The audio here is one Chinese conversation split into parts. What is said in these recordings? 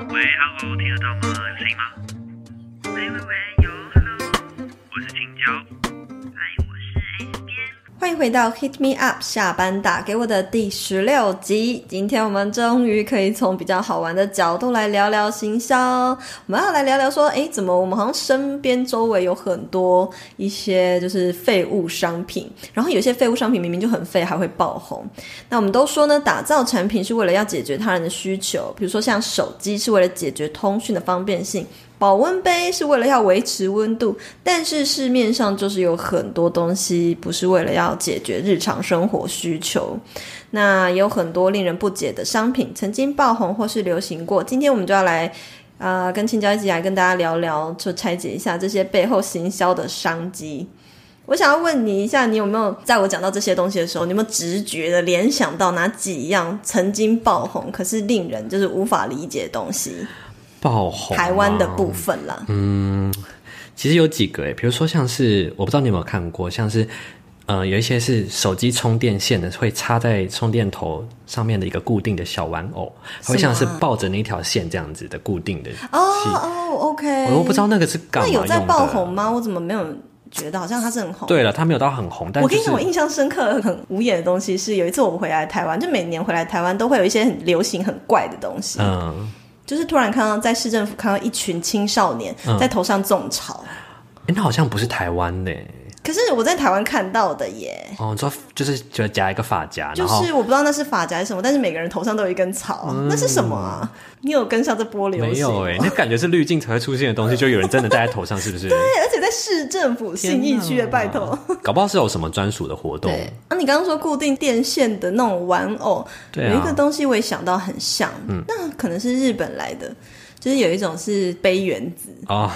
Hello，听得到吗？有声音吗？喂喂喂，有，Hello，我是青椒，嗨，我是 Ace 边。欢迎回到《Hit Me Up》下班打给我的第十六集。今天我们终于可以从比较好玩的角度来聊聊行销。我们要来聊聊说，诶，怎么我们好像身边周围有很多一些就是废物商品，然后有些废物商品明明就很废，还会爆红。那我们都说呢，打造产品是为了要解决他人的需求，比如说像手机是为了解决通讯的方便性。保温杯是为了要维持温度，但是市面上就是有很多东西不是为了要解决日常生活需求，那有很多令人不解的商品曾经爆红或是流行过。今天我们就要来，呃，跟青椒一起来跟大家聊聊，就拆解一下这些背后行销的商机。我想要问你一下，你有没有在我讲到这些东西的时候，你有没有直觉的联想到哪几样曾经爆红，可是令人就是无法理解的东西？爆红、哦台湾的部，分啦，其实有几个诶，欸比如说像是我不知道你有没有看过，像是呃有一些是手机充电线的，会插在充电头上面的一个固定的小玩偶，它会什么像啊是抱着那条线这样子的固定的器。哦哦，OK，我都不知道那个是干那嘛有用在的。爆红吗？我怎么没有觉得好像它是很红？，对了，它没有到很红，但我就跟你是讲，我印象深刻、很无眼的东西是，有一次我回来台湾，就每年回来台湾都会有一些很流行、很怪的东西，嗯，就是突然看到在市政府看到一群青少年嗯在头上种草，诶那好像不是台湾的诶可是我在台湾看到的耶。哦，你说就是觉得夹一个发夹，就然后嗯是我不知道那是发夹还是什么，但是每个人头上都有一根草，那是什么啊？你有跟上这波流行吗？没有欸诶，那感觉是滤镜才会出现的东西，就有人真的戴在头上，是不是？ 对，而且在市政府信义区的，拜托。搞不好是有什么专属的活动。对，啊，你刚刚说固定电线的那种玩偶，对啊嗯有一个东西我也想到很像，那可能是日本来的，就是有一种是杯原子 哦，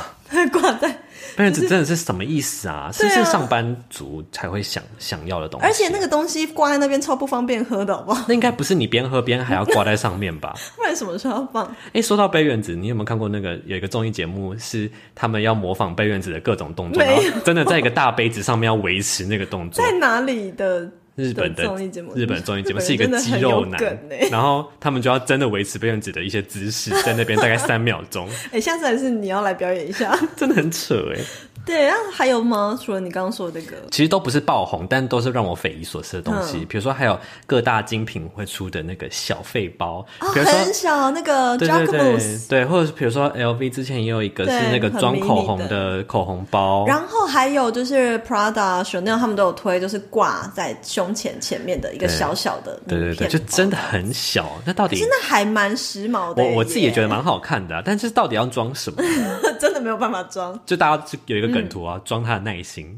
挂在，被人子真的是什么意思啊？是对不啊是上班族才会想想要的东西？而且那个东西挂在那边超不方便喝的，好不好？ 那应该不是你边喝边还要挂在上面吧？不然什么时候要放？哎、说到杯原子，你有没有看过那个有一个综艺节目，是他们要模仿杯原子的各种动作，没然有后真的在一个大杯子上面要维持那个动作在。哪里的？日本的综艺节目日本综艺节目 日本人是一个真的很肌肉男有梗欸， 然后他们就要真的维持杯原子的一些姿势，在那边大概三秒 钟，哎、下次还是你要来表演一下。 真的很扯哎。对，然后还有吗？除了你刚刚说的这个，其实都不是爆红，但都是让我匪夷所思的东嗯西。比如说，还有各大精品会出的那个小费包，哦，比如说。很小那个对对 Jug Moose 对。对，或者是比如说 LV 之前也有一个是对那个装很迷你口红的的口红包，然后还有就是 Prada、Chanel 他们都有推，就是挂在胸前前面的一个对小小的对对对，片就包真的很小。那到底真的还蛮时髦的我耶。我自己也觉得蛮好看的、啊，但是到底要装什 么？真的没有办法装。就大家就有一个梗图啊，嗯装他的耐心，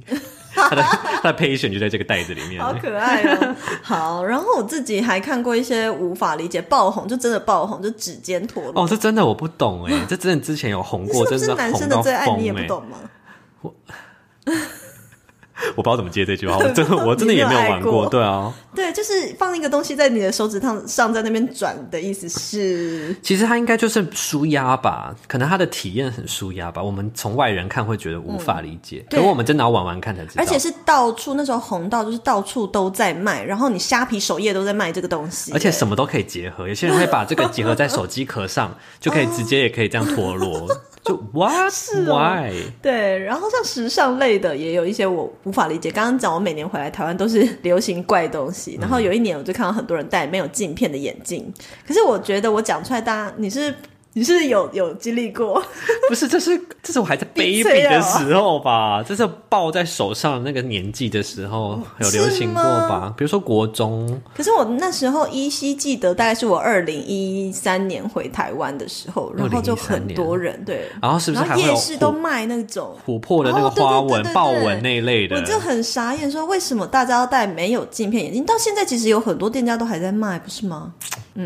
他的他的 patient 就在这个袋子里 面。好可爱哦！好，然后我自己还看过一些无法理解爆红，就真的爆红，就指尖陀螺。哦，这真的我不懂哎，这真的之前有红过，这真是不是男红生到的最爱？疯你也不哎。懂吗？我不知道怎么接这句 话，我真的我真的也没有玩你没有爱过对啊，对，就是放一个东西在你的手指上上，在那边转的意思是，其实他应该就是舒压吧，可能他的体验很舒压吧。我们从外人看会觉得无法理解，嗯对可我们真的要玩玩看才知道。而且是到处那时候红到就是到处都在卖，然后你虾皮首页都在卖这个东西，而且什么都可以结合，有些人会把这个结合在手机壳上，就可以直接也可以这样 脱落。就 what 哦 why？对，然后像时尚类的也有一些我无法理解。刚刚讲我每年回来台湾都是流行怪东西，然后嗯有一年我就看到很多人戴没有镜片的眼镜，可是我觉得我讲出来，大家你是你是有有经历过，不是，这是这是我还在闭 baby 嘴啊的时候吧，这是抱在手上那个年纪的时候哦有流行过吧？比如说国中，可是我那时候依稀记得，大概是我二零一三年回台湾的时候，然后就很多人对，然后是不是然还后会有夜市都琥卖那种。琥珀的那个花哦对对对纹、对豹纹那一类的我？就很傻眼，说为什么大家要戴没有镜片眼镜？到现在其实有很多店家都还在卖，不是吗？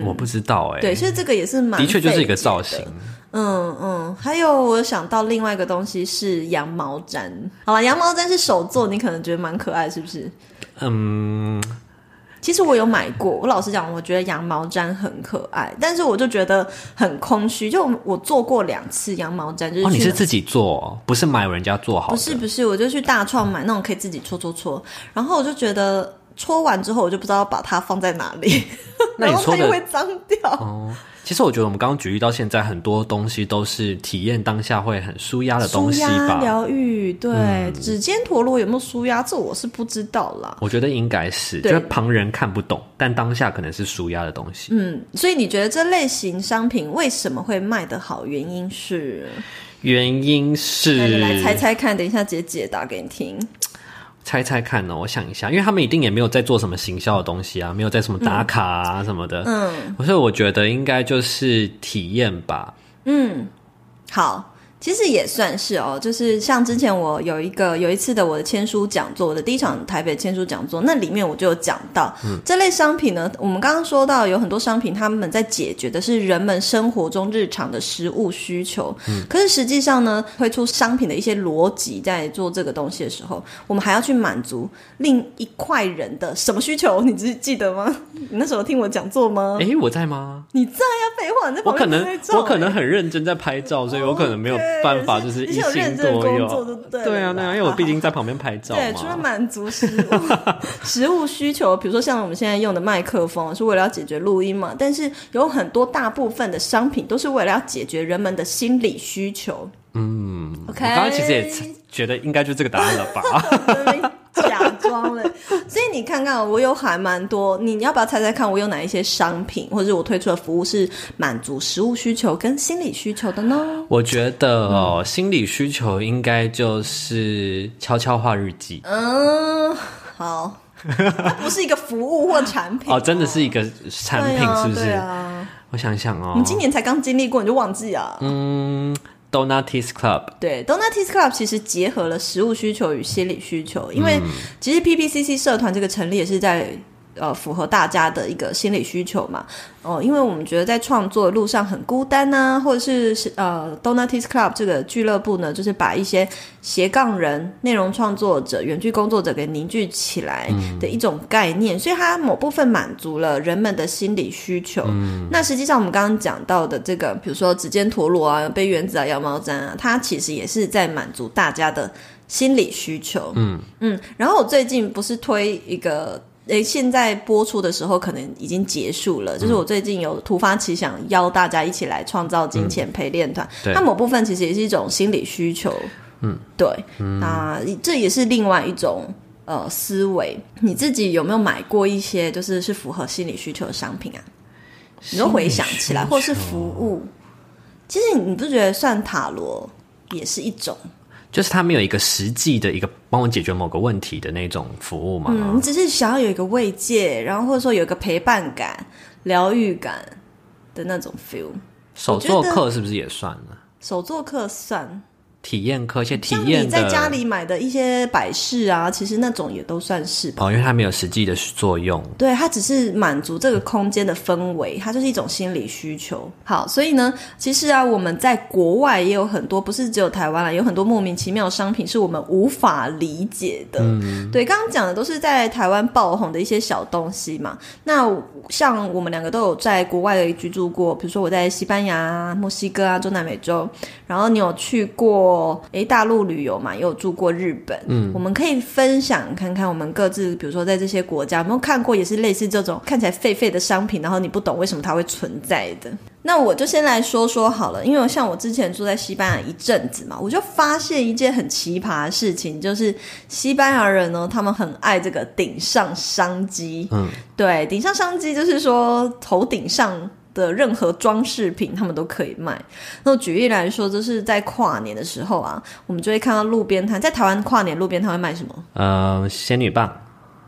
我不知道哎、嗯对，所以这个也是蛮的确就是一费解个的造型。嗯嗯，还有我想到另外一个东西是羊毛毡。好了，羊毛毡是手做，你可能觉得蛮可爱，是不是？嗯，其实我有买过，我老实讲，我觉得羊毛毡很可爱，但是我就觉得很空虚。就我我做过两次羊毛毡，就是去、哦，你是自己做哦，不是买人家做好的？不是不是，我就去大创买那种可以自己搓搓搓，然后我就觉得搓完之后，我就不知道把它放在哪里，那你 然后搓它的又会脏掉。哦，其实我觉得我们刚刚举例到现在，很多东西都是体验当下会很舒压的舒东西压吧。嗯疗愈，对，指尖陀螺有没有舒压？这我是不知道啦。我觉得应该是，就对是旁人看不懂，但当下可能是舒压的东西。嗯，所以你觉得这类型商品为什么会卖得好？原因是？原那因你是，来猜猜看，等一下姐解答给你听。猜猜看哦呢？我想一下，因为他们一定也没有在做什么行销的东西啊，没有在什么打卡啊什么的。嗯，所以我觉得应该就是体验吧。好，其实也算是哦，就是像之前我有一个有一次的我的签书讲座，我的第一场台北签书讲座，那里面我就有讲到、嗯这类商品呢。我们刚刚说到有很多商品，他们在解决的是人们生活中日常的食物需求，嗯可是实际上呢，推出商品的一些逻辑，在做这个东西的时候，我们还要去满足另一块人的什么需求？你记记得吗？你那时候听我讲座吗？诶，我在吗？你在呀、废话，你在我旁可边能拍照我欸可哦能很认真在拍照，所以我可能没有办法就是你一是有认心真多工作就用。对了对啊，啦对啊，因为我毕竟在旁边拍照对，除了嘛。满足食物食物需求，比如说像我们现在用的麦克风是为了要解决录音嘛，但是有很多大部分的商品都是为了要解决人们的心理需求。嗯，OK，我刚刚其实也觉得应该就这个答案了 吧？在那边假装了，所以你看看哦我有还蛮多，你要不要猜猜看我有哪一些商品或者是我推出的服务是满足食物需求跟心理需求的呢？我觉得哦，心理需求应该就是悄悄话日记嗯，好，它不是一个服务或产品哦，真的是一个产品，是不对是？啊，我想想哦，我们今年才刚经历过，你就忘记啊？嗯，Donutis Club 对，Donutis Club 其实结合了食物需求与心理需求，因嗯为其实 PPCC 社团这个成立也是在。呃，符合大家的一个心理需求嘛？哦、因为我们觉得在创作的路上很孤单呐、或者是是呃，Donutis Club 这个俱乐部呢，就是把一些斜杠人、内容创作者、远距工作者给凝聚起来的一种概念，所以它某部分满足了人们的心理需求。那实际上我们刚刚讲到的这个，比如说指尖陀螺啊、杯原子啊、羊毛毡啊，它其实也是在满足大家的心理需求。嗯嗯，然后我最近不是推一个。诶，现在播出的时候可能已经结束嗯了。就是我最近有突发奇想，邀大家一起来创造金钱陪练团。嗯对它某部分其实也是一种心理需求。嗯，对，那这也是另外一种呃思维。你自己有没有买过一些就是是符合心理需求的商品啊？你就回想起来，心理需求或是服务，其实你不觉得算塔罗也是一种？就是他们有一个实际的一个帮我解决某个问题的那种服务嘛。嗯，你只是想要有一个慰藉，然后或者说有一个陪伴感、疗愈感的那种 feel。手作课是不是也算呢？手作课算，体验课，一些体像你验在的家里买的一些摆饰啊，其实那种也都算是吧。哦，因为它没有实际的作用。对，它只是满足这个空间的氛围，它就是一种心理需求。好，所以呢，其实啊，我们在国外也有很多，不是只有台湾啦，有很多莫名其妙的商品是我们无法理解的。对，刚刚讲的都是在台湾爆红的一些小东西嘛。那像我们两个都有在国外居住过，比如说我在西班牙啊、墨西哥啊、中南美洲，然后你有去过诶大陆旅游嘛，也有住过日本，嗯，我们可以分享看看我们各自，比如说在这些国家有没有看过也是类似这种看起来废废的商品，然后你不懂为什么它会存在的。那我就先来说说好了，因为像我之前住在西班牙一阵子嘛，我就发现一件很奇葩的事情，就是西班牙人呢，他们很爱这个顶上商机，嗯，对，顶上商机就是说头顶上。的任何装饰品，他们都可以卖。那我举例来说，就是在跨年的时候啊，我们就会看到路边摊，在台湾跨年路边摊会卖什么？呃，仙女棒，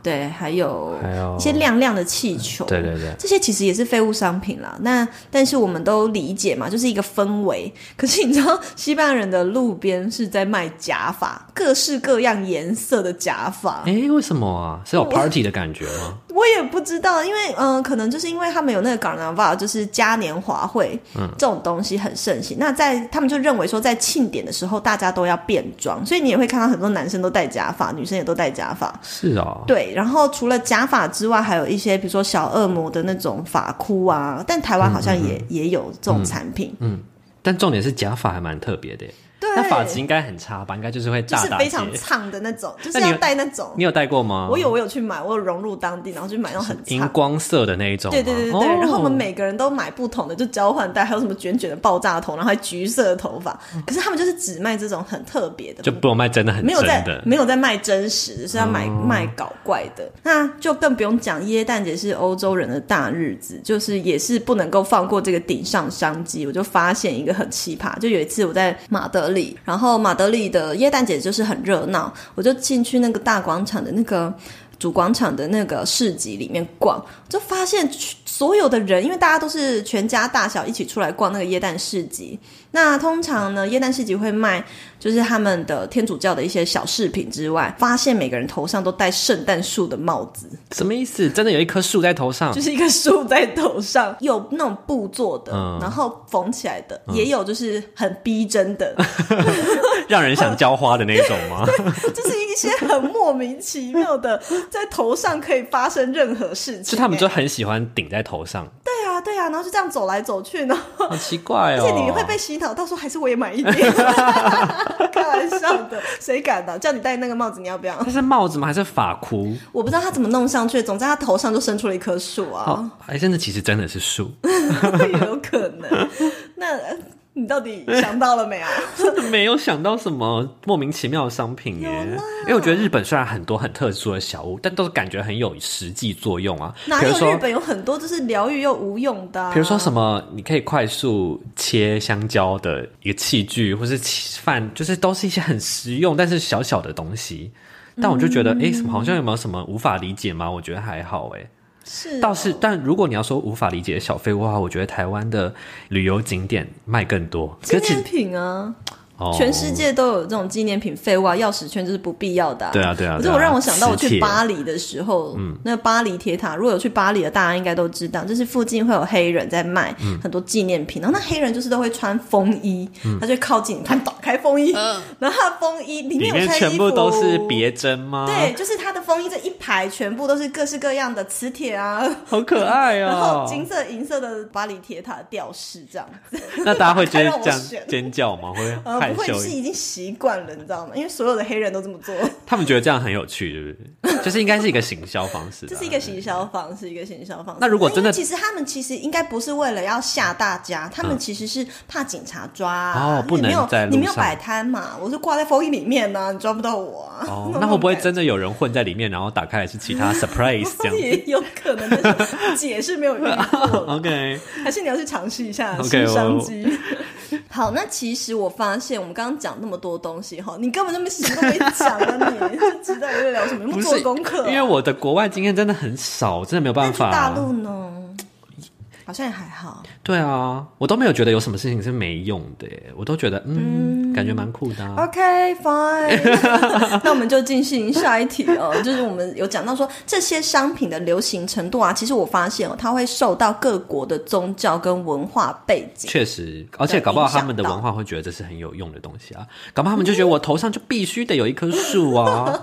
对，还有还有一些亮亮的气球，对对对，这些其实也是废物商品啦。那但是我们都理解嘛，就是一个氛围。可是你知道，西班牙人的路边是在卖假发，各式各样颜色的假发。诶，为什么啊？是有 party 的感觉吗？我也不知道，因为嗯、呃可能就是因为他们有那个 Carnival，就是嘉年华会、嗯这种东西很盛行。那在他们就认为说，在庆典的时候大家都要变装，所以你也会看到很多男生都戴假发，女生也都戴假发。 是哦，对，然后除了假发之外，还有一些比如说小恶魔的那种发箍嗯啊，但台湾好像也、也有这种产品。但重点是假发还蛮特别的耶，对嗯那发质应该很差吧？应该就是会就大是打非结。常烫的那种，就是那你要有戴那种。你有戴过吗？我有，我有去买，我有融入当地，然后去买那种很荧烫。光色的那一种吗。对对对对对，哦然后我们每个人都买不同的，就交换戴，还有什么卷卷的爆炸头，然后还橘色的头发。嗯可是他们就是只卖这种很特别的，就不卖真的很没有真在的，哦没有在卖真实的，是要买、卖搞怪的。那就更不用讲，耶诞节是欧洲人的大日子，就是也是不能够放过这个顶上商机。我就发现一个很奇葩，就有一次我在马德里，然后马德里的耶诞节就是很热闹，我就进去那个大广场的那个。主广场的那个市集里面逛，就发现全所有的人，因为大家都是全家大小一起出来逛那个耶诞市集。那通常呢，耶诞市集会卖就是他们的天主教的一些小饰品之外，发现每个人头上都戴圣诞树的帽子，什么意思？真的有一棵树在头上就，是一个树在头 上，有那种布做的，嗯然后缝起来的，也有就是很逼真 的，让人想浇花的那一种 吗？就是一些很莫名其妙的，在头上可以发生任何事情、是他们欸就很喜欢顶在头 上，对啊对啊，然后就这样走来走去，然后好奇怪而哦。且你会被洗脑到说，还是我也买一 顶。开玩笑的，谁敢的、叫你戴那个帽子，你要不要？它是帽子吗？还是发箍？我不知道他怎么弄上去，总之他头上就生出了一棵树啊，哦，哎，真的，其实真的是树，也有可 能。那呃你到底想到了没有？啊真的没有想到什么莫名其妙的商品耶。因为我觉得日本虽然很多很特殊的小物，但都是感觉很有实际作用啊。哪比有如说日，本有很多就是疗愈又无用的、啊？比如说什么，你可以快速切香蕉的一个器具，或是切饭，就是都是一些很实用但是小小的东西。但我就觉得，嗯哎、什么好像有没有什么无法理解吗？我觉得还好，哎。是啊倒是，但如果你要说无法理解的小废物的话，我觉得台湾的旅游景点卖更多，纪可是念品啊，哦全世界都有这种纪念品废物啊，钥匙圈就是不必要的、对啊对啊我觉得对啊我让我想到我磁去铁嗯巴黎的时候，那巴黎铁塔，如果有去巴黎的，大家应该都知道，就是附近会有黑人在卖嗯很多纪念品，然后那黑人就是都会穿风衣，他就靠近你看，打开风衣，然后他的风衣里嗯里面有面穿全衣部服都是。别针吗？对，，就是他的风衣这一排全部都是各式各样的磁铁啊，好可爱然后哦、金色、银色的巴黎铁塔的吊饰这样子。那大家会觉还得让我这样选尖叫吗？会呃，害不会羞是一点？已经习惯了，你知道吗？因为所有的黑人都这么 做，他们觉得这样很有趣，对不对？就是应该是一个行销方式啦，啊这 是一个行销方式，一个行销方式。那如果真的因为其实他们其实应该不是为了要吓大家，他们其实是怕警察抓、啊哦不你没有能在路你没有上摆摊嘛，我是挂在风衣里面呢、你抓不到我啊。哦种。那会不会感觉 真的有人混在里面，然后打开来是其他 surprise 这样也有可能，但是姐是没有遇 哦过的。 ？OK， 还是你要去尝试一下 OK，新商我机。 好，那其实我发现我们刚刚讲那么多东西哈，你根本就没什么都没讲啊！你就知道你在聊什么，有没有不做是功课啊、因为我的国外经验真的很少，真的没有那办去法。大陆呢，好像也还好。对啊，我都没有觉得有什么事情是没用的耶，我都觉得嗯，感觉蛮酷的、啊。 OK fine，那我们就进行下一题哦。 就是我们有讲到说这些商品的流行程度啊，其实我发现哦，它会受到各国的宗教跟文化背景。确实，而且搞不好他们的文化会觉得这是很有用的东西啊，搞不好他们就觉得我头上就必须得有一棵树 啊。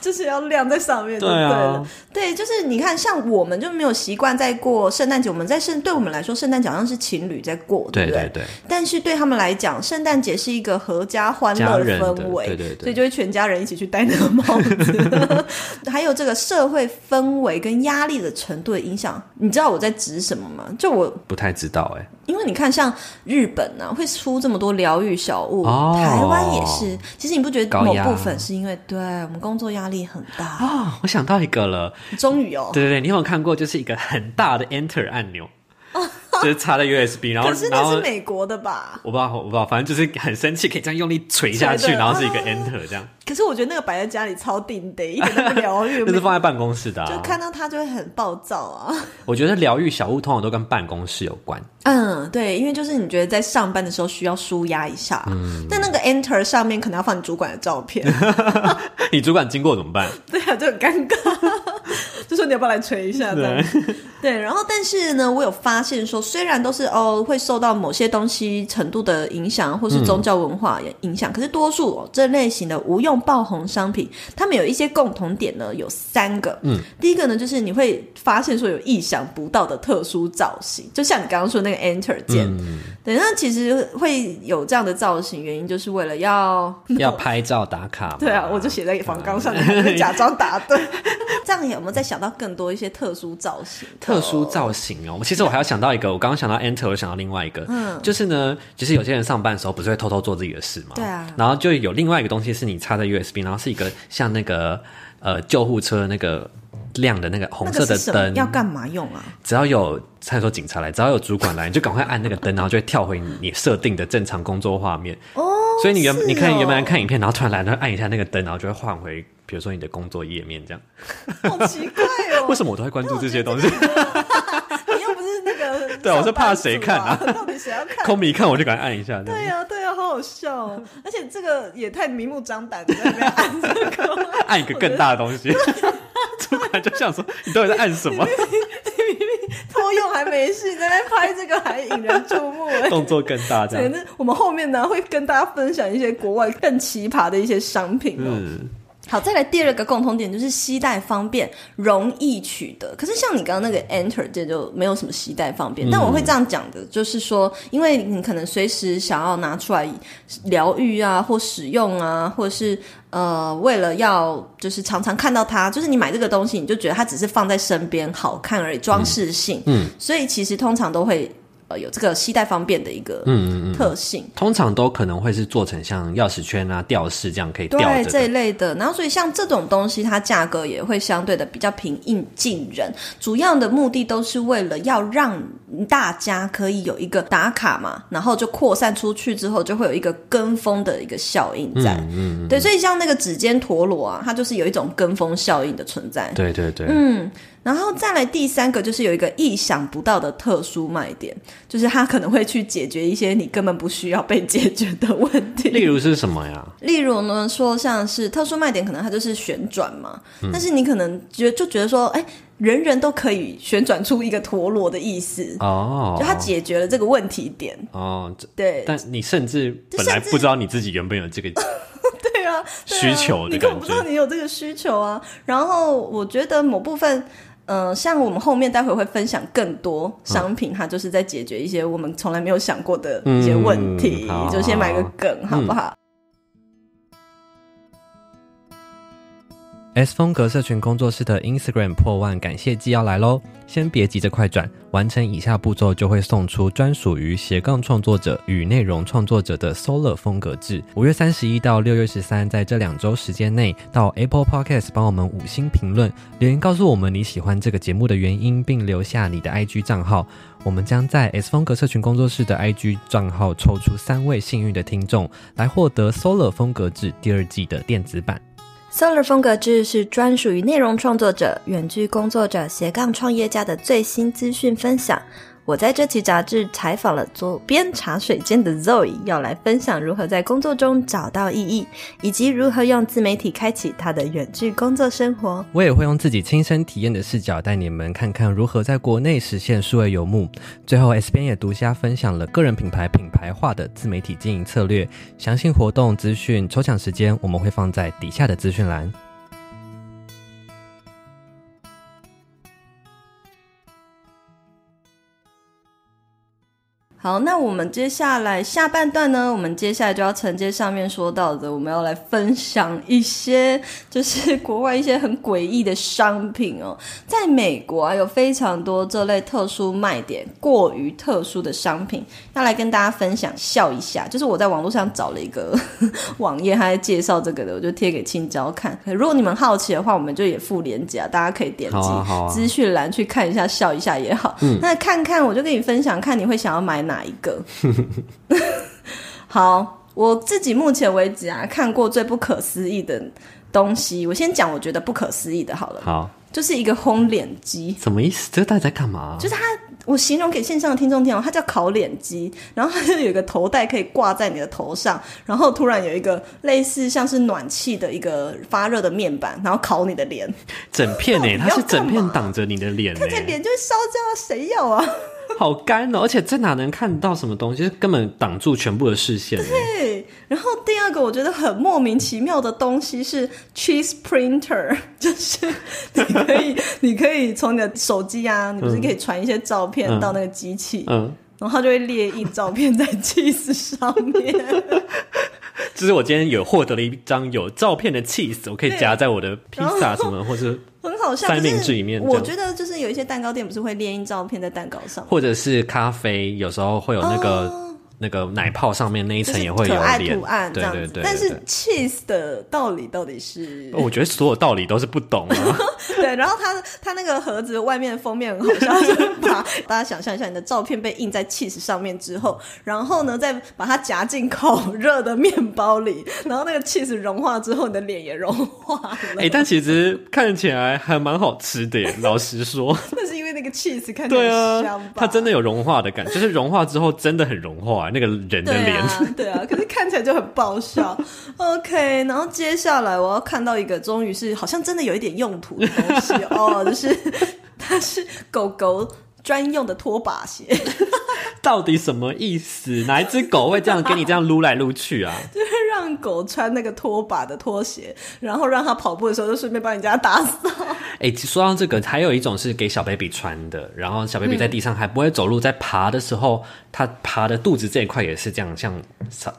就是要晾在上面就对对了。啊对就是你看，像我们就没有习惯在过圣诞节，我们在圣对我们来说，圣诞节好像是情侣在过，对不对对，但是对他们来讲，圣诞节是一个合家欢乐家人的氛围，对对对所以就会全家人一起去戴那个帽 子。还有这个社会氛围跟压力的程度的影响，你知道我在指什么吗？就我不太知道哎、因为你看，像日本呢、会出这么多疗愈小物，哦台湾也是。其实你不觉得高某压部分是因为对我们工作压力很大？啊、我想到一个了， 终于哦，对对对，你有没有看过就是一个很大的 Enter 按钮， 就是插在 USB，然后可是然那是后。美国的吧？我不知道，我不知道，反正就是很生气，可以这样用力捶下去，捶的然后是一个 enter 这样，可是我觉得那个摆在家里超定的，一点都不疗愈， 那是放在办公室的、啊。就看到它就会很暴躁啊。我觉得疗愈小物通常都跟办公室有关， 嗯，对，因为就是你觉得在上班的时候需要舒压一下，嗯 但那个 Enter 上面可能要放你主管的照片，你主管经过怎么办？ 对啊，来就很尴尬， 就说你要不要来捶一下这样对，对，然后但是呢，我有发现说，虽然都是哦会受到某些东西程度的影响，或是宗教文化也影响，可是多数、哦、这类型的无用爆红商品，他们有一些共同点呢，有三个。嗯，第一个呢，就是你会发现说有意想不到的特殊造型，就像你刚刚说那个 Enter 键，嗯，对，那其实会有这样的造型，原因就是为了要 要拍照打卡嘛。对啊，我就写在仿纲上，你还在那边假装答 对。这样有没有再想到更多一些特殊造型？特殊造型哦，其实我还要想到一个，我刚刚想到 enter，我想到另外一个，嗯，就是呢，其实有些人上班的时候不是会偷偷做自己的事嘛，对啊然后就有另外一个东西是你插在 USB，然后是一个像那个呃救护车那个亮的那个红那色个的是什么？灯，要干嘛用啊？只要有他说警察来，只要有主管来，你就赶快按那个灯，然后就会跳回你设定的正常工作画面。哦，所以你原、是哦你可以原本在看影片，然后突然来，然后按一下那个灯，然后就会换回，比如说你的工作页面这样。 好奇怪哦！ 为什么我都会关注这些 东西？啊你又不是那个 对啊我是上怕班族谁看啊啊？ 到底谁要 看？空迷一看我就赶快按一下。对呀、对呀、好好笑哦！而且这个也太明目张胆，在那边按这 个，按一个更大的东西。主管就想说，你到底在按什 么？偷用还没事，在那边拍这个还引人注目哎。动作更大这对，样。那我们后面呢会跟大家分享一些国外更奇葩的一些商品哦。嗯，好，再来第二个共同点就是携带方便、容易取得。可是像你刚刚那个 Enter 这就没有什么携带方嗯便。但我会这样讲的，就是说，因为你可能随时想要拿出来疗愈啊，或使用啊，或者是呃，为了要就是常常看到它，就是你买这个东西，你就觉得它只是放在身边好看而已，装饰性。嗯，所以其实通常都会呃有这个携带方便的一个嗯特性。通常都可能会是做成像钥匙圈啊、吊饰这样可以吊对啊着这一的。类的，然后所以像这种东西，它价格也会相对的比较平易近人。主要的目的都是为了要让大家可以有一个打卡嘛，然后就扩散出去之后，就会有一个跟风的一个效应在。嗯嗯，对，所以像那个指尖陀螺啊，它就是有一种跟风效应的存在。对对对，嗯，然后再来第三个就是有一个意想不到的特殊卖点，就是它可能会去解决一些你根本不需要被解决的问题。例如是什么呀？例如呢，说像是特殊卖点，可能它就是旋转嘛，嗯但是你可能觉就觉得说，哎、人人都可以旋转出一个陀螺的意思，哦，就它解决了这个问题点。哦，这对，但你甚至这本来甚至不知道你自己原本有这个， 对啊，对啊需求的你根本感不觉知道你有这个需求啊。然后我觉得某部分。呃，像我们后面待会会分享更多商品，它就是在解决一些我们从来没有想过的一些问题，嗯嗯好就先买个梗，好不好？ S 风格社群工作室的 Instagram 破万感谢季要来喽！先别急着快转，完成以下步骤就会送出专属于斜杠创作者与内容创作者的 Solar 风格志。五月三十一到六月十三，在这两周时间内，到 Apple Podcast 帮我们五星评论，留言告诉我们你喜欢这个节目的原因，并留下你的 IG 账号。我们将在 S 风格社群工作室的 IG 账号抽出三位幸运的听众，来获得 Solar 风格志第二季的电子版。 Solar 风格志是专属于内容创作者、远距工作者、斜杠创业家的最新资讯分享。我在这期杂志采访了左边茶水间的 Zoe，要来分享如何在工作中找到意义，以及如何用自媒体开启她的远距工作生活。我也会用自己亲身体验的视角带你们看看如何在国内实现数位游牧。最后，S 边也独家分享了个人品牌品牌化的自媒体经营策略，详细活动资讯、抽奖时间我们会放在底下的资讯栏。好，那我们接下来下半段呢，我们接下来就要承接上面说到的，我们要来分享一些就是国外一些很诡异的商品哦。在美国啊，有非常多这类特殊卖点、过于特殊的商品，要来跟大家分享笑一下。就是我在网络上找了一个 网页，它在介绍这个的，我就贴给青椒看。如果你们好奇的话，我们就也附链接啊，大家可以点击好啊好啊嗯资讯栏去看一下，笑一下也好。那看看，我就跟你分享，看你会想要买哪一个。 好，我自己目前为止啊，看过最不可思议的东西，我先讲我觉得不可思议的好了，好，就是一个烘脸机，什么意思？这个到底在干嘛？就是它我形容给线上的听众听哦，它叫烤脸机，然后它就有一个头带可以挂在你的头上，然后突然有一个类似像是暖气的一个发热的面板，然后烤你的脸，整片呢、它要是整干片嘛挡着你的脸呢、看起来脸就会烧焦啊，谁要啊？好干哦、而且这哪能看到什么东西，根本挡住全部的视线、欸。对，然后第二个我觉得很莫名其妙的东西是 cheese printer，就是你可以你可以从你的手机啊，你不是可以传一些照片嗯到那个机器，嗯，然后它就会列印照片在 cheese 上面。就是我今天有获得了一张有照片的 cheese，我可以夹在我的披萨然后什么，或是很好笑，三就是明治里面这我样觉得就是有一些蛋糕店不是会列印照片在蛋糕上，或者是咖啡，有时候会有那个、那个奶泡上面那一就是层也会哦可有爱脸图案这对样子。对对。但对哦是 cheese 的道理到底是我觉得所有道理都是不懂啊。 对，然后它它那个盒子外面的封面很好笑，就是 把大家想象一下，你的照片被印在 cheese 上面之后，然后呢再把它夹进烤热的面包里，然后那个 cheese 融化之后，你的脸也融化了。哎、但其实看起来还蛮好吃的耶，老实说， 那是因为那个 cheese 看起 对来很啊香吧？，它真的有融化的感觉，就是融化之后真的很融化，那个人的对脸。 啊，对啊，可是看起来就很爆笑。OK，然后接下来我要看到一个，终于是好像真的有一点用途的东 西哦，就是 它是狗狗专用的拖把鞋， 到底什么意思？哪一只狗会这样跟你这样撸来撸去 啊？就是让狗穿那个拖把的拖鞋，然后让它跑步的时候就顺便帮人家打扫。哎、说到这个，还有一种是给小 baby 穿的，然后小 baby 在地上还不会走路，在爬的时候，它爬的肚子这一块也是这样，像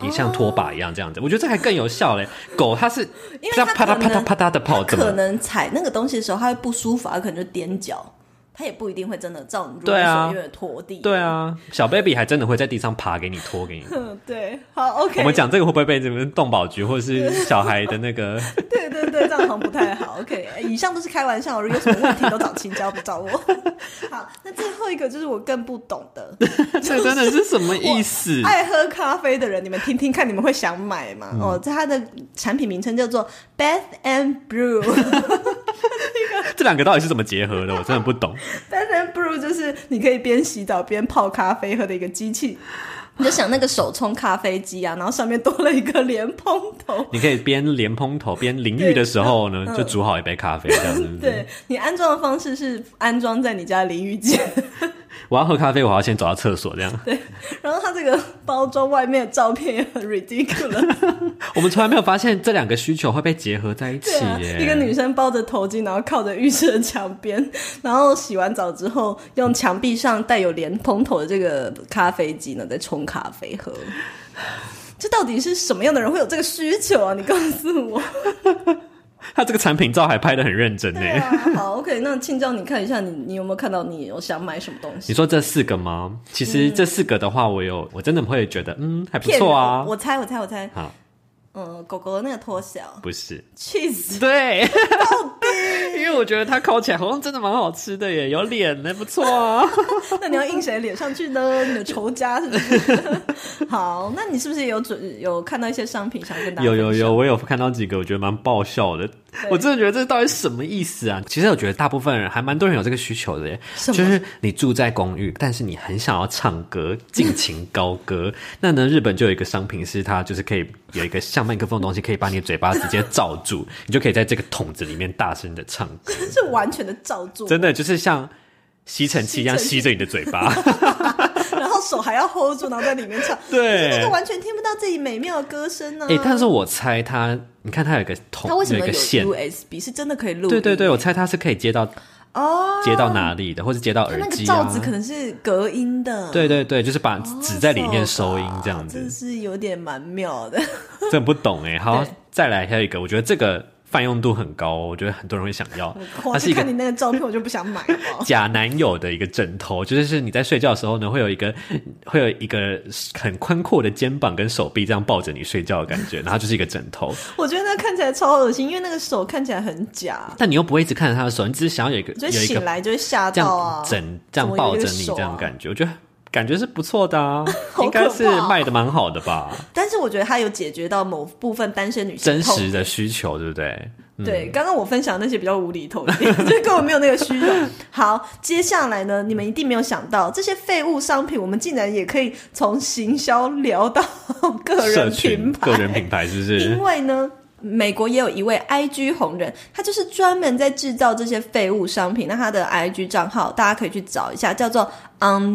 也像拖把一样这样子。我觉得这还更有效嘞。狗它是因为这样它啪嗒可啪能嗒啪嗒的跑，怎可么？能踩那个东西的时候，它会不舒服，它啊可能就踮脚。它也不一定会真的照你如对啊所愿的拖地，对，啊，小 baby 还真的会在地上爬给你拖 给你。嗯， 对，好，OK，我们讲这个会不会被你们动保局或者是小孩的那个？对对对，这样好像不太好。OK，以上都是开玩笑，如果有什么问题都找青椒，不找我。好，那最后一个就是我更不懂的， 这真的是什么意思？爱喝咖啡的人，你们听听看，你们会想买吗？哦，这它的产品名称叫做 Bath and Brew，Bath 这两个到底是怎么结合的？我真的不 懂。 and Brew 就是你可以边洗澡边泡咖啡喝的一个机器。你就想那个手冲咖啡机啊，然后上面多了一个莲蓬头，你可以边连蓬头边淋浴的时候呢，就煮好一杯咖啡这样子。对不嗯对对你安装的方式是安装在你家淋浴间。我要喝咖啡，我要先走到厕所这样。然后它这 个包装外面的照片也很 ridiculous，我们从来没有发现这两个需求会被结合在一起对啊，耶。一个女生包着头巾，然后靠着浴室的墙边，然后洗完澡之后，用墙壁上带有莲蓬头的这个咖啡机呢，在冲咖啡 喝。这到底是什么样的人会有这个需求啊？你告诉 我。她这个产品照还拍的很认真呢。对啊，好，OK，那庆照，你看一下你，你有没有看到你有想买什么东你西？说这四个吗？其嗯实这四个的话，我有，我真的会觉得，嗯，还不骗人错啊我。我猜，我猜，我猜，好，嗯，狗狗的那个拖鞋哦不是， ，cheese，对， 因为我觉得它烤起来好像真的蛮好吃的耶，有脸呢，不错啊。 那你要印谁脸上去呢？你的仇家是不 是？好，那你是不是有准有看到一些商品想跟大家有有分有，享？我有看到几个，我觉得蛮爆笑的。我真的觉得这到底什么意思啊？其实我觉得大部分人还蛮多人有这个需求的耶，什就么是你住在公寓，但是你很想要唱歌，尽情高 歌。那呢，日本就有一个商品是它就是可以有一个像麦克风的东西，可以把你的嘴巴直接罩住，你就可以在这个桶子里面大声的唱歌， 真是完全的照做，真的就是像吸尘器一样吸尘器吸着你的嘴 巴。然后手还要 hold 住，然后在里面唱，对那个完全听不到自己美妙的歌声呢、哎、但是我猜它，你看它有一个桶，它为什么有一有个线？ USB？是真的可以录？对对对，，我猜它是可以接到哦，接到哪里的，或是接到它耳那个机罩啊子。可能是隔音的，对对对，就是把哦，纸在里面收音这样真子，是有点蛮妙 的。真不懂哎。好对，再来还有一个，我觉得这个泛用度很高，哦我觉得很多人会想要。我它是一去个 看你那个照片，我就不想买了。 假男友的一个枕头，就是你在睡觉的时候呢，会有一个会有一个很宽阔的肩膀跟手臂这样抱着你睡觉的感觉，然后就是一个枕头，我觉得那看起来超恶心，因为那个手看起来很假。但你又不会一直看着他的手，你只是想要有一个所以有一醒个来就会吓这到啊样！枕这样抱着你怎么有一个手啊这样感觉，我觉得感觉是不错的啊， 好应该可是怕哦卖的 蛮好的吧。但是我觉得它有解决到某部分单身女性真嗯痛实的需求，对不对？对，刚刚我分享那些比较无厘头 一点，就根本没有那个需求。好，接下来呢，你们一定没有想到，这些废物商品，我们竟然也可以从行销聊到个社人群品牌，个人品牌是不 因是？为呢，美国也有一位 IG 红人，他就是专门在制造这些废物商品。那他的 IG 账号大家可以去找一下，叫做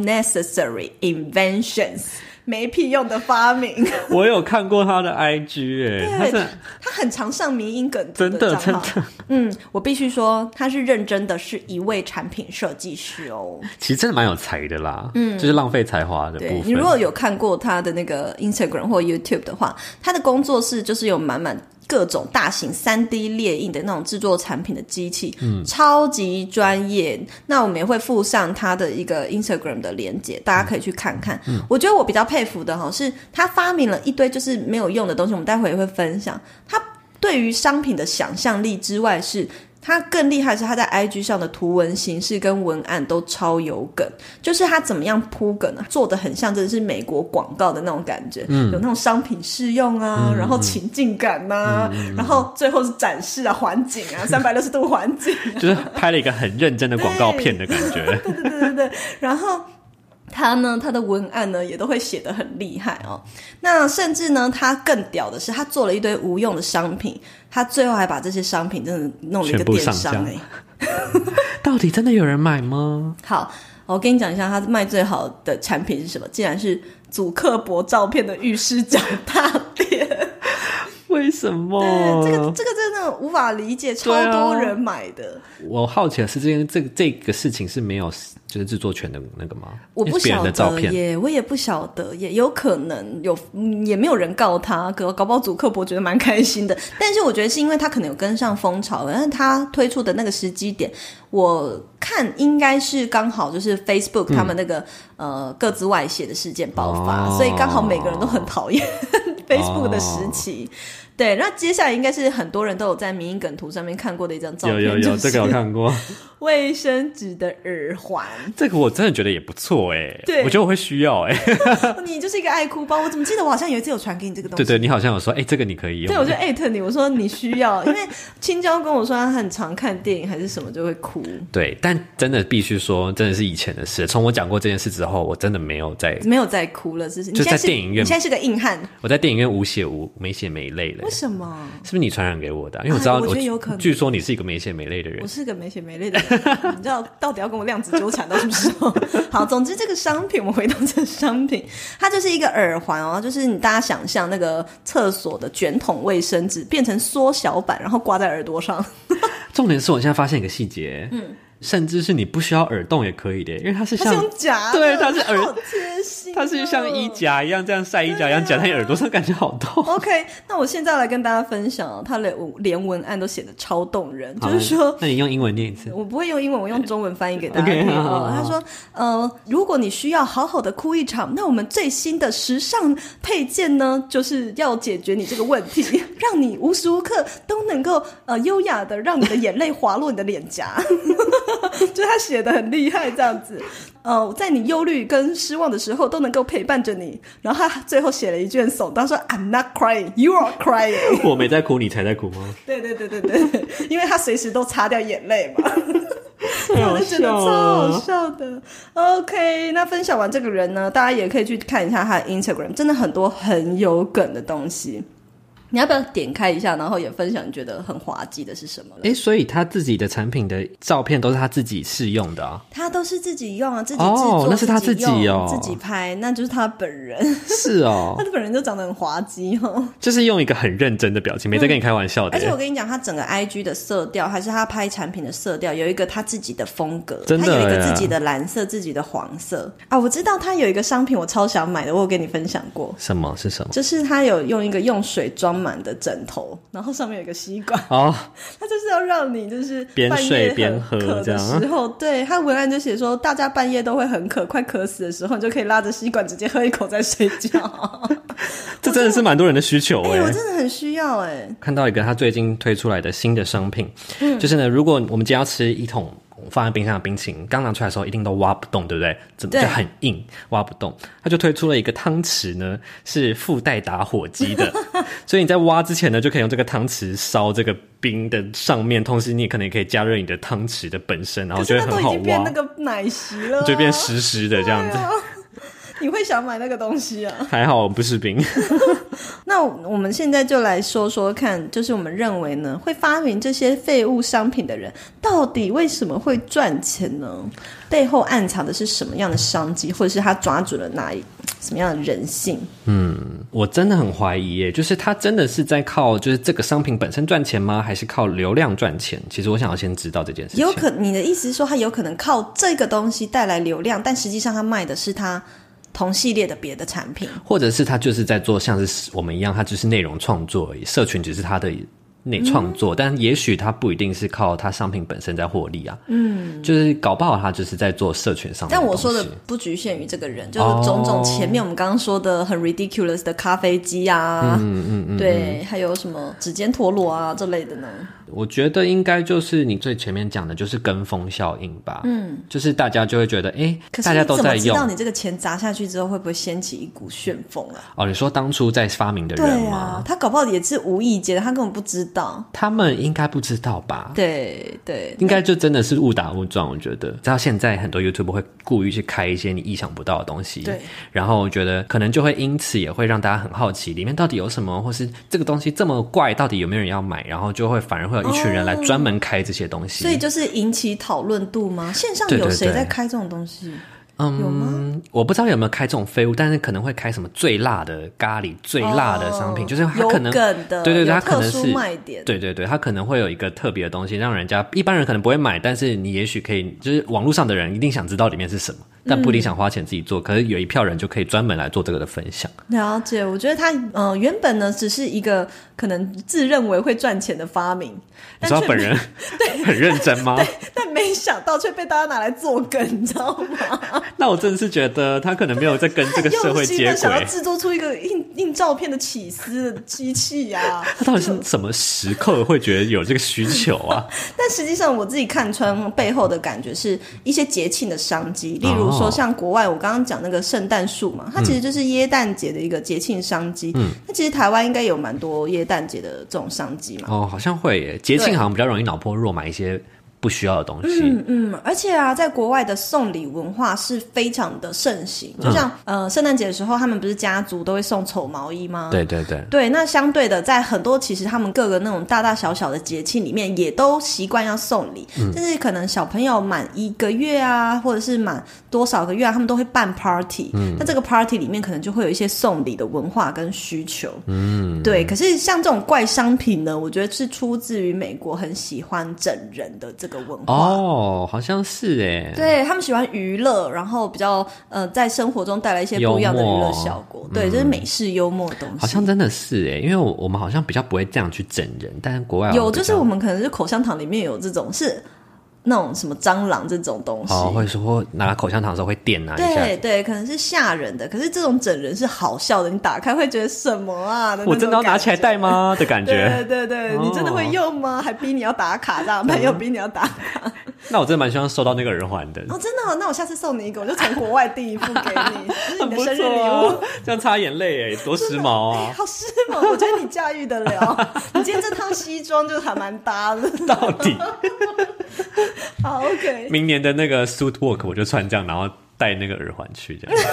Unnecessary Inventions，没屁用的发明。我有看过他的 IG 哎、他对是他很常上迷因梗图真的账真的号。，嗯，我必须说，他是认真的，是一位产品设计师哦。其实真的蛮有才的啦，嗯，就是浪费才华的部对分。你如果有看过他的那个 Instagram 或 YouTube 的话，他的工作室就是有满满各种大型三 D 列印的那种制作产品的机器，嗯，超级专业。那我们也会附上他的一个 Instagram 的连接，大家可以去看看。嗯我觉得我比较佩服的哈，是他发明了一堆就是没有用的东西，我们待会也会分享。他对于商品的想象力之外是。他更厉害是他在 IG 上的图文形式跟文案都超有梗，就是他怎么样铺梗啊，做的很像真的是美国广告的那种感觉，嗯有那种商品试用啊，然后情境感呐、嗯然后最后是展示啊、环景 啊、三百六十度环景啊， 就是拍了一个很认真的广告片的感觉， 对对对对对，然后。他呢，他的文案呢也都会写得很厉害哦。那甚至呢，他更屌的是，他做了一堆无用的商品，他最后还把这些商品真的弄了一个全部电上商架哎、到底真的有人买吗？好，我跟你讲一下，他卖最好的产品是什么？竟然是祖克伯照片的浴室脚踏垫。为什么？对，这哦个这个真的无法理解，超对啊多人买的。我好奇的是，这件这这个事情是没有就是制作权的那个吗？我因不为是别人晓的照得片，耶，我也不晓得耶，有可能有，嗯也没有人告他，搞搞不好祖克伯觉得蛮开心的。但是我觉得是因为他可能有跟上风潮，但是他推出的那个时机点，我看应该是刚好就是 Facebook 他们那个、呃各自外泄的事件爆发，嗯哦所以刚好每个人都很讨厌 Facebook 的时期。对，那接下来应该是很多人都有在民音梗图上面看过的一张照片，有有有，就是这个我看过，卫生纸的耳环。 这个我真的觉得也不错哎、对我觉得我会需要 哎、你就是一个爱哭包。我怎么记得我好像有一次有传给你这个东西？对对，你好像有说哎、这个你可以用，对我就艾特你，我说你需要，因为青椒跟我说他很常看电影还是什么就会哭，对，但真的必须说，真的是以前的事。从我讲过这件事之后，我真的没有在没有再哭了，是不是？你就现在在是电影院你现在是个硬汉，我在电影院无血无没血没泪的为，什么？是不是你传染给我的啊、因为哎知道，我觉得有可能据说你是一个没血没泪的人我，是个没血没泪的人，你知道到底要跟我量子纠缠到什么时 候？好，总之这个商品，我们回到这个商品，它就是一个耳环哦，就是你大家想象那个厕所的卷筒卫生纸变成缩小版，然后挂在耳朵上。重点是我现在发现一个细节，嗯，甚至是你不需要耳洞也可以的，因为它是它是像用夹的，对它是耳好贴心哦、它是像衣夹一样这样晒衣夹啊一样夹在你耳朵上，感觉好痛。 OK，那我现在来跟大家分享哦，他连文连文案都写的超动人，就好是说。那你用英文念 一次。我不会用英文，我用中文翻译给大家 OK，听好好哦。好他说：“呃，如果你需要好好的哭一场，那我们最新的时尚配件呢，就是要解决你这个问题， 让你无时无刻都能够呃优雅的让你的眼泪滑落你的脸颊。” 就他写的很厉害，这样子。呃，在你忧虑跟失望的时候，都能够陪伴着你。然后他最后写了一句很耸动，他说：“I'm not crying, you are crying。”我没在哭，你才在哭吗？对对对对对，因为他随时都擦掉眼泪嘛，太我好就觉得笑超好了！笑的。OK，那分享完这个人呢，大家也可以去看一下他的 Instagram，真的很多很有梗的东西。你要不要点开一下，然后也分享你觉得很滑稽的是什么呢？哎，所以他自己的产品的照片都是他自己试用 的啊？他都是自己用啊，自己制哦作，那是他自自己用哦自己拍，那就是他本人，是哦他，的本人就长得很滑稽哦。就是用一个很认真的表情，没在跟你开玩笑的嗯而且我耶。跟你讲，他整个 IG 的色调，还是他拍产品的色调，有一个他自己的风格，真的他有一个耶自己的蓝色、自己的黄色啊。我知道他有一个商品，我超想买的，我有跟你分享过，什么是什么？就是他有用一个用水装满的枕头，然后上面有一个吸管， 哦，他就是要让你就是边半夜睡很边喝渴这的样时候，对他文案就写说，大家半夜都会很渴，快渴死的时候，你就可以拉着吸管直接喝一口再睡觉。 这真的是蛮多人的需求哎、哎、我真的很需要哎、嗯看到一个他最近推出来的新的商品，就是呢，如果我们今天要吃一桶放在冰箱的冰淇淋，刚拿出来的时候一定都挖不动，对不对？怎么对就很硬，挖不动？他就推出了一个汤匙呢，是附带打火机 的，所以你在挖之前呢，就可以用这个汤匙烧这个冰的上面，同时你可能也可以加热你的汤匙的本身，然后可就是会那都很已好经变挖，那个奶昔了、啊，啊就变湿湿的这样子。 你会想买那个东西啊？还好我不是冰，那我们现在就来说说看，就是我们认为呢，会发明这些废物商品的人，到底为什么会赚钱呢？背后暗藏的是什么样的商机，或者是他抓准了哪一什么样的人性？我真的很怀疑耶，就是他真的是在靠就是这个商品本身赚钱吗？还是靠流量赚钱？其实我想要先知道这件事也情。有可，你的意思是说，他有可能靠这个东西带来流量，但实际上他卖的是他同系列的别的产品。或者是他就是在做像是我们一样，他就是内容创作而已，社群只是他的内创嗯作，但也许他不一定是靠他商品本身在获利啊。嗯，就是搞不好他就是在做社群上面但东西。我说的不局限于这个人，就是哦种种前面我们刚刚说的很 ridiculous 的咖啡机啊，嗯嗯嗯，对，还有什么指尖陀螺啊这类的呢？我觉得应该就是你最前面讲的，就是跟风效应吧。嗯，就是大家就会觉得，哎、可是大你家都怎在么知用道你这个钱砸下去之后会不会掀起一股旋风啊？哦。你说当初在发明的人对吗？啊，他搞不好也是无意间的，他根本不知道。他们应该不知道吧？对对，应该就真的是误打误撞，我觉得。直到现在，很多 YouTube 会故意去开一些你意想不到的东西，对。然后我觉得可能就会因此也会让大家很好奇里面到底有什么，或是这个东西这么怪，到底有没有人要买？然后就会反而会有一群人来专门开这些东西。所以就是引起讨论度吗？线上对对有谁对在开这种东西？有嗯吗，我不知道有没有开这种废物，但是可能会开什么最辣的咖喱、最辣的商品，哦就是它可能有梗的对有对对，它可特能殊是卖点对对对，它可能会有一个特别的东西，让人家一般人可能不会买，但是你也许可以，就是网络上的人一定想知道里面是什么，但嗯不一定想花钱自己做，可是有一票人就可以专门来做这个的分享。了解，我觉得他呃原本呢只是一个可能自认为会赚钱的发明， 你但知道却本没人 很认真吗？但没想到却被大家拿来做梗，你知道吗？那我真的是觉得他可能没有在跟这个社会用心接的想要轨。制作出一个印印照片的起司的机器啊呀、 他到底是什么时刻会觉得有这个需求啊？但实际上我自己看穿背后的感觉是一些节庆的商机，例哦如说像国外我刚刚讲那个圣诞树嘛，它其嗯实就是耶诞节的一个节庆商机。嗯，那其实台湾应该有蛮多耶诞节的这种商机嘛。哦，好像会耶，节庆对好像比较容易脑波弱，买一些不需要的东西。嗯嗯，而且啊，在国外的送礼文化是非常的盛行，嗯就像、呃圣诞节的时候，他们不是家族都会送丑毛衣吗？对对对，对，那相对的，在很多其实他们各个那种大大小小的节庆里面，也都习惯要送礼，嗯甚至可能小朋友满一个月啊，或者是满多少个月啊，他们都会办 party、那嗯这个 party 里面可能就会有一些送礼的文化跟需求。嗯，对。可是像这种怪商品呢，我觉得是出自于美国很喜欢整人的这个文化。哦，好像是哎，对他们喜欢娱乐，然后比较呃，在生活中带来一些不一样的娱乐效果。对，这、是美式幽默的东西。嗯好像真的是哎，因为我我们好像比较不会这样去整人，但是国外好像有，就是比较我们可能是口香糖里面有这种是那种什么蟑螂这种东西，哦，或者说拿口香糖的时候会电啊一下对。对，可能是吓人的，可是这种整人是好笑的，你打开会觉得什么啊？我真的要拿起来戴带？吗？的感对觉。哦对对，你真的会用吗？还逼你要打卡，这样朋友逼你要打卡。那我真的蛮希望收到那个耳环的，哦，真的哦、那我下次送你一个，我就从国外订一副给 你，这是很你的不生日礼错物啊。，这样擦眼泪哎，多时髦啊！ 好时髦，我觉得你驾驭得了。 你今天这套西装就还蛮搭的。 到底好，OK。明年的那个 suit work 我就穿这样，然后戴那个耳环去 这样。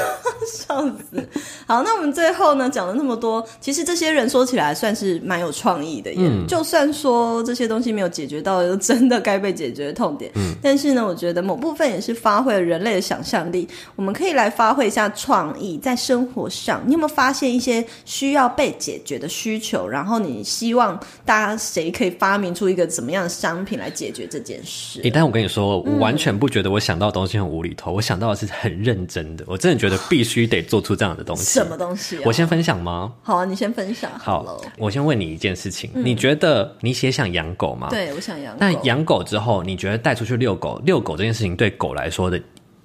笑死！好，那我们最后呢讲了那么多，其实这些人说起来算是蛮有创意的耶。嗯就算说这些东西没有解决到真的该被解决的痛点，嗯但是呢，我觉得某部分也是发挥了人类的想象力。我们可以来发挥一下创意，在生活上，你有没有发现一些需要被解决的需求？然后你希望大家谁可以发明出一个怎么样的商品来解决这件事？欸，但我跟你说，嗯我完全不觉得我想到的东西很无厘头，我想到的是很认真的。我真的觉得必须得做出这样的东西。什么东西、啊？我先分享吗？好啊，你先分享好了嗯好。，我先问你一件事情，你觉得你也想养狗吗？。对，我想养狗。那养狗之后，你觉得带出去遛狗，遛狗这件事情对狗来说的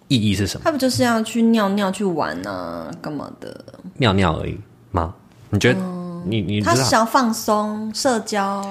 意义是什么？他不就是要去尿尿、去玩啊，干嘛的？尿尿嗯而已吗？你觉得、你你他知道想放松、社交，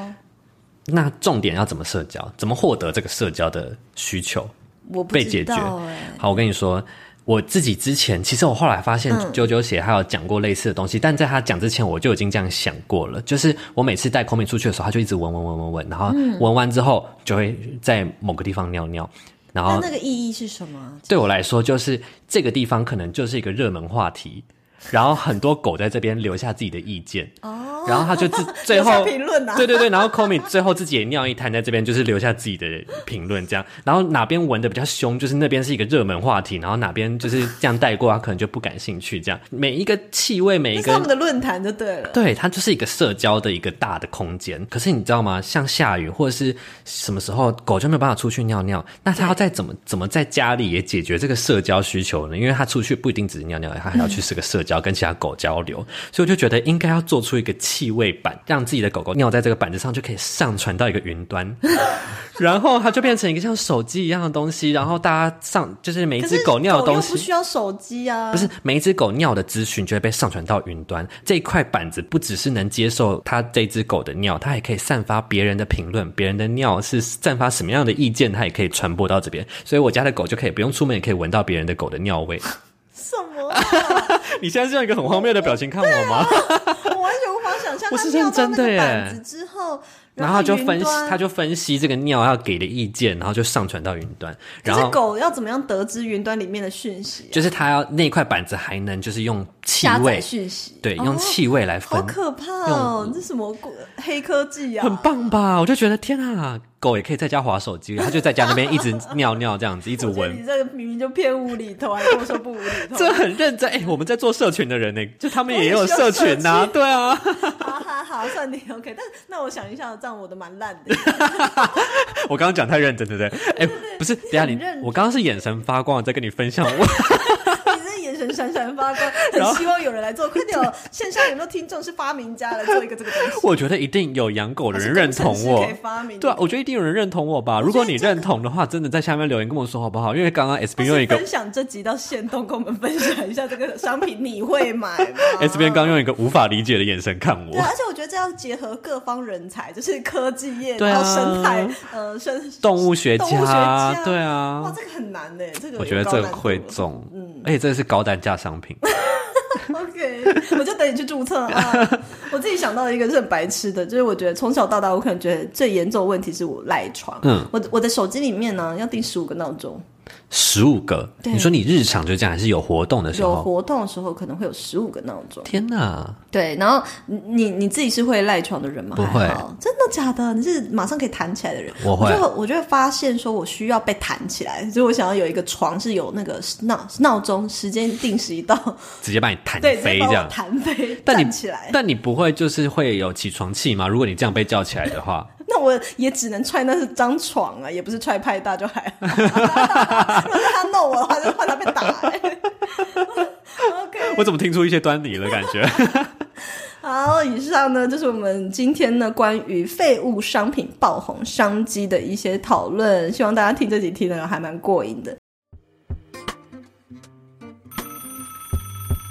那重点要怎么社交？怎么获得这个社交的需求？我不被知解决道哎、好，我跟你说，我自己之前其实我后来发现嗯啾啾姐她有讲过类似的东西，但在她讲之前我就已经这样想过了。就是我每次带孔敏出去的时候，她就一直闻闻闻闻闻，然后嗯闻完之后就会在某个地方尿尿，然那后那个意义是什么啊？对我来说，就是这个地方可能就是一个热门话题，然后很多狗在这边留下自己的意见，哦，然后他就 自最留后下评论啊对对对，然后 Komi 最后自己也尿一滩在这边，就是留下自己的评论这样，然后哪边闻的比较凶，就是那边是一个热门话题，然后哪边就是这样带过，他可能就不感兴趣这样，每一个气味，每那一是他个们的论坛就对了。对，它就是一个社交的一个大的空间。可是你知道吗？像下雨或者是什么时候，狗就没有办法出去尿尿，那它要再怎么怎么在家里也解决这个社交需求呢？因为它出去不一定只是尿尿，它还要去是个社交，跟其他狗交流。所以我就觉得应该要做出一个气味板，让自己的狗狗尿在这个板子上，就可以上传到一个云端， 然后它就变成一个像手机一样的东西，然后大家上就是每一可只是狗尿的狗又东不西。需要手机啊，不是每一只狗尿的资讯就会被上传到云端。这一块板子不只是能接受它这只狗的尿，它还可以散发别人的评论，别人的尿是散发什么样的意见，它也可以传播到这边。所以我家的狗就可以不用出门，也可以闻到别人的狗的尿味。什么啊、 你现在是用一个很荒谬的表情看我 吗？我完全无法想象。我它是尿认到真那的个耶板子之后，然后后就分云析，端他就分析这个尿要给的意见，然后就上传到云端。可然是后狗要怎么样得知云端里面的讯息啊、就是他要那块板子还能就是用气下载味，讯息，对，用哦气味来分。好可怕哦！这什么鬼黑科技啊？很棒吧？我就觉得天啊，狗也可以在家划手机，它就在家那边一直尿尿这样子，一直我觉得你闻。这个明明就偏无厘头，还跟我说不无厘头， 这很认真哎、我们在做社群的人呢、就他们我也也有需要 社群呐、社啊，对啊， 好好好，算你 OK。但那我想一下，这样我的蛮烂 的。我刚刚讲太认真，对不对？哎、不是，等一下你很认，真我刚刚是眼神发光，在跟你分享我。 你这眼神闪闪发光，然后很希望有人 来做。快点哦，线上有没有听众是发明家来做一个这个东西？我觉得一定有养狗的人认同还是工程我师可以发明，的对啊，我觉得一定有人认同我吧。如果你认同的话，真的在下面留言跟我说好不好？因为刚刚 S B 就用是一个分享这集到线动，跟我们分享一下这个商品，你会买 吗 S B 刚用一个无法理解的眼神看哎我对，。啊而且我觉得这要结合各方人才，就是科技业，对啊然后生态，呃，生动物学家动物学家对啊哇，这个很难呢，这个我觉得有高这难个度嗯会中，而且这是高单价商品。 OK，我就等你去注册 啊！我自己想到一个是很白痴的，就是我觉得从小到大，我可能觉得最严重的问题是我赖床。嗯我我的手机里面呢要定十五个闹钟，十五个，对你说你日常就这样，还是有活动的时有候？活动的时候可能会有十五个闹钟。天哪！对，然后你你你自己是会赖床的人吗？不会还好，真的假的？你是马上可以弹起来的人？我会我就我就会发现说我需要被弹起来，所以我想要有一个床是有那个闹闹钟时间定时一到， 直接把你弹对，直接飞把这我样。弹飞，但你站起来。但你不会就是会有起床气吗？如果你这样被叫起来的 话，那我也只能踹那是张床啊，也不是踹派大就还好。 如果是他弄我的话，就怕他被打、欸。OK，我怎么听出一些端倪了？感觉 好，以上呢就是我们今天呢关于废物商品爆红商机的一些讨论，希望大家听这集听的还蛮过瘾的。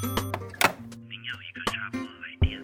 您有一个插播来电。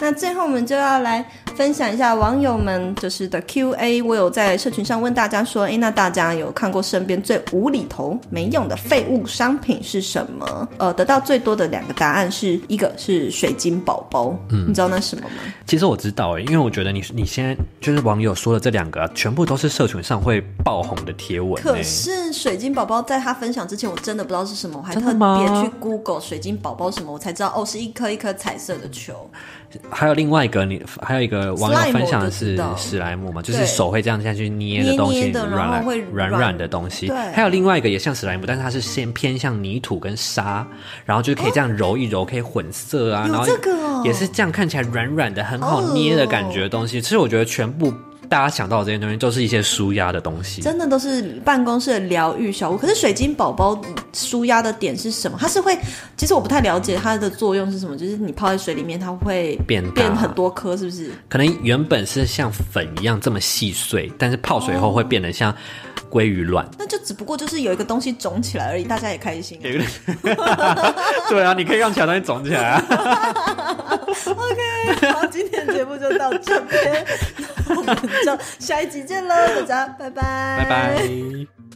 那最后我们就要来分享一下网友们就是的 Q&A，我有在社群上问大家说，诶，那大家有看过身边最无厘头、没用的废物商品是什么？呃，得到最多的两个答案是一个是水晶宝宝，嗯你知道那是什么吗？其实我知道哎、因为我觉得你你现在就是网友说的这两个、啊，全部都是社群上会爆红的贴文、可欸。是水晶宝宝在他分享之前，我真的不知道是什么，我还真特的吗别去 Google 水晶宝宝什么，我才知道哦，是一颗一颗彩色的球。还有另外一个你还有一个网友分享的史是莱姆我就知道史莱姆嘛，就是对手会这样下去捏的东西，捏捏的然后软会软软软的东西。对还有另外一个也像史莱姆，但是它是先偏向泥土跟沙，然后就是可以这样揉一揉，可以混色啊，有然后这个哦也是这样看起来软软的，很好好恶哦捏的感觉的东西。其实我觉得全部大家想到的这些东西都是一些舒压的东西。真的都是办公室的疗愈小物。可是水晶宝宝舒压的点是什么？它是会，其实我不太了解它的作用是什么，就是你泡在水里面，它会变 大变很多颗，是不是？可能原本是像粉一样这么细碎，但是泡水后会变得像鲑鱼卵。那就只不过就是有一个东西肿起来而已，大家也开心啊、 对啊，你可以让其他东西肿起来啊。 OK，好，今天节目就到这边，那我们就下一集见喽，大家拜拜，拜拜。